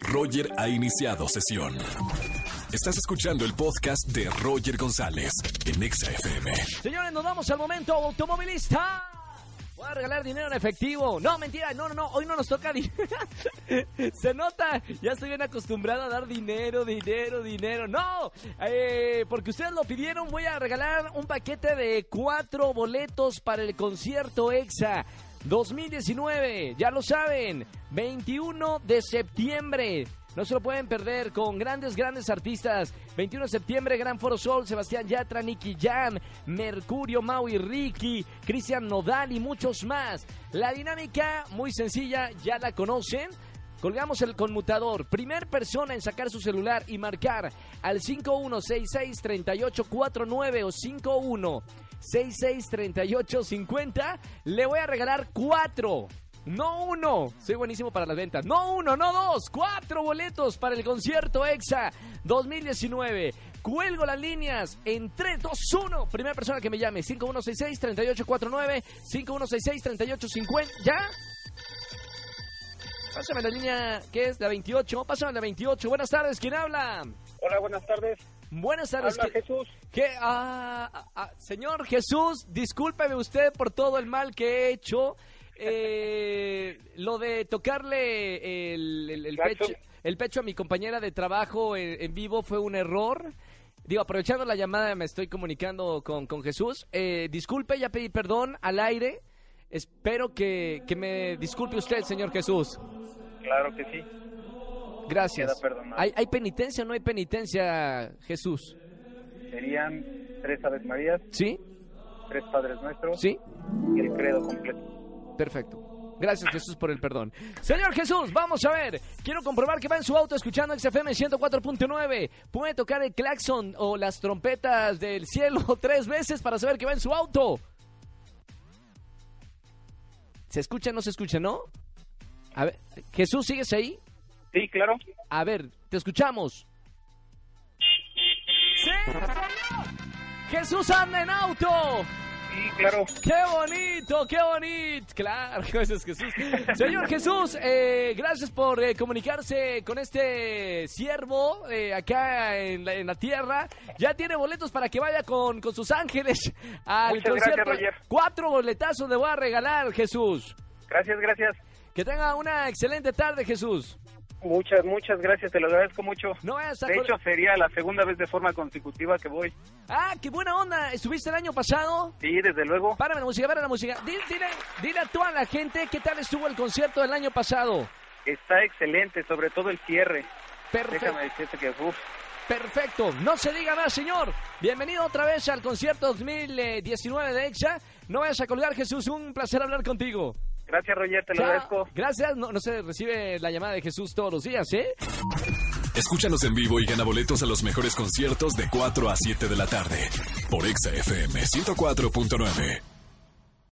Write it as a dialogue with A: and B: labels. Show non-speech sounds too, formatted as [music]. A: Roger ha iniciado sesión. Estás escuchando el podcast de Roger González en Exa FM.
B: Señores, nos vamos al momento automovilista. Voy a regalar dinero en efectivo. No, mentira, no, no, no, hoy no nos toca [laughs] dinero. Se nota, ya estoy bien acostumbrado a dar dinero, dinero, dinero. No, eh, porque ustedes lo pidieron, voy a regalar un paquete de cuatro boletos para el concierto EXA. 2019, ya lo saben, 21 de septiembre. No se lo pueden perder con grandes, grandes artistas. 21 de septiembre, Gran Foro Sol, Sebastián Yatra, Nicky Jam, Mercurio, Maui, Ricky, Cristian Nodal y muchos más. La dinámica, muy sencilla, ya la conocen. Colgamos el conmutador. Primer persona en sacar su celular y marcar al 5166-3849 o 51. 663850. Le voy a regalar cuatro. No uno, soy buenísimo para las ventas. No uno, no dos, cuatro boletos para el concierto EXA 2019. Cuelgo las líneas en 3, 2, 1. Primera persona que me llame, 5166-3849, 5166-3850. ¿Ya? Pásame la línea que es la 28, pásame la 28. Buenas tardes, ¿quién habla?
C: Hola, buenas tardes.
B: Buenas tardes.
C: Habla
B: ¿qué-
C: Jesús.
B: ¿Qué? Ah, ah, ah, señor Jesús, discúlpeme usted por todo el mal que he hecho. Eh, lo de tocarle el, el- el
C: Claxon.
B: pecho, el pecho a mi compañera de trabajo en, en vivo fue un error. Digo, aprovechando la llamada, me estoy comunicando con, con Jesús. Eh, disculpe, ya pedí perdón al aire. Espero que, que me disculpe usted, señor Jesús.
C: Claro que sí.
B: Gracias.
C: Queda perdonado.
B: ¿Hay, ¿Hay penitencia o no hay penitencia, Jesús?
C: Serían tres Aves Marías,
B: ¿Sí?
C: tres Padres Nuestros
B: ¿Sí?
C: y el credo completo.
B: Perfecto. Gracias Jesús por el perdón. Señor Jesús, vamos a ver. Quiero comprobar que va en su auto escuchando XFM 104.9. Puede tocar el claxon o las trompetas del cielo [laughs] tres veces para saber que va en su auto. ¿Se escucha o no se escucha, no? A ver, Jesús, ¿sigues ahí?
C: Sí, claro.
B: A ver, te escuchamos. ¡Sí! señor! ¡Jesús anda en auto!
C: Sí, claro.
B: ¡Qué bonito! ¡Qué bonito! Claro, [laughs] gracias Jesús. Señor Jesús, eh, gracias por eh, comunicarse con este siervo eh, acá en la, en la tierra. Ya tiene boletos para que vaya con, con sus ángeles [laughs] al
C: Muchas gracias,
B: concierto.
C: Roger.
B: Cuatro boletazos le voy a regalar, Jesús.
C: Gracias, gracias.
B: Que tenga una excelente tarde, Jesús.
C: Muchas, muchas gracias. Te lo agradezco mucho.
B: No vayas a
C: De
B: col-
C: hecho, sería la segunda vez de forma consecutiva que voy.
B: Ah, qué buena onda. ¿Estuviste el año pasado?
C: Sí, desde luego.
B: Párame la música, párame la música. Dile, dile, dile a toda la gente qué tal estuvo el concierto del año pasado.
C: Está excelente, sobre todo el cierre.
B: Perfecto.
C: Déjame decirte que, uff,
B: Perfecto, no se diga más, señor. Bienvenido otra vez al concierto 2019 de EXA. No vayas a colgar, Jesús. Un placer hablar contigo.
C: gracias, Roger. Te lo
B: Chao.
C: agradezco.
B: Gracias. No, no se recibe la llamada de Jesús todos los días, ¿eh?
A: Escúchanos en vivo y gana boletos a los mejores conciertos de 4 a 7 de la tarde por Exa FM 104.9.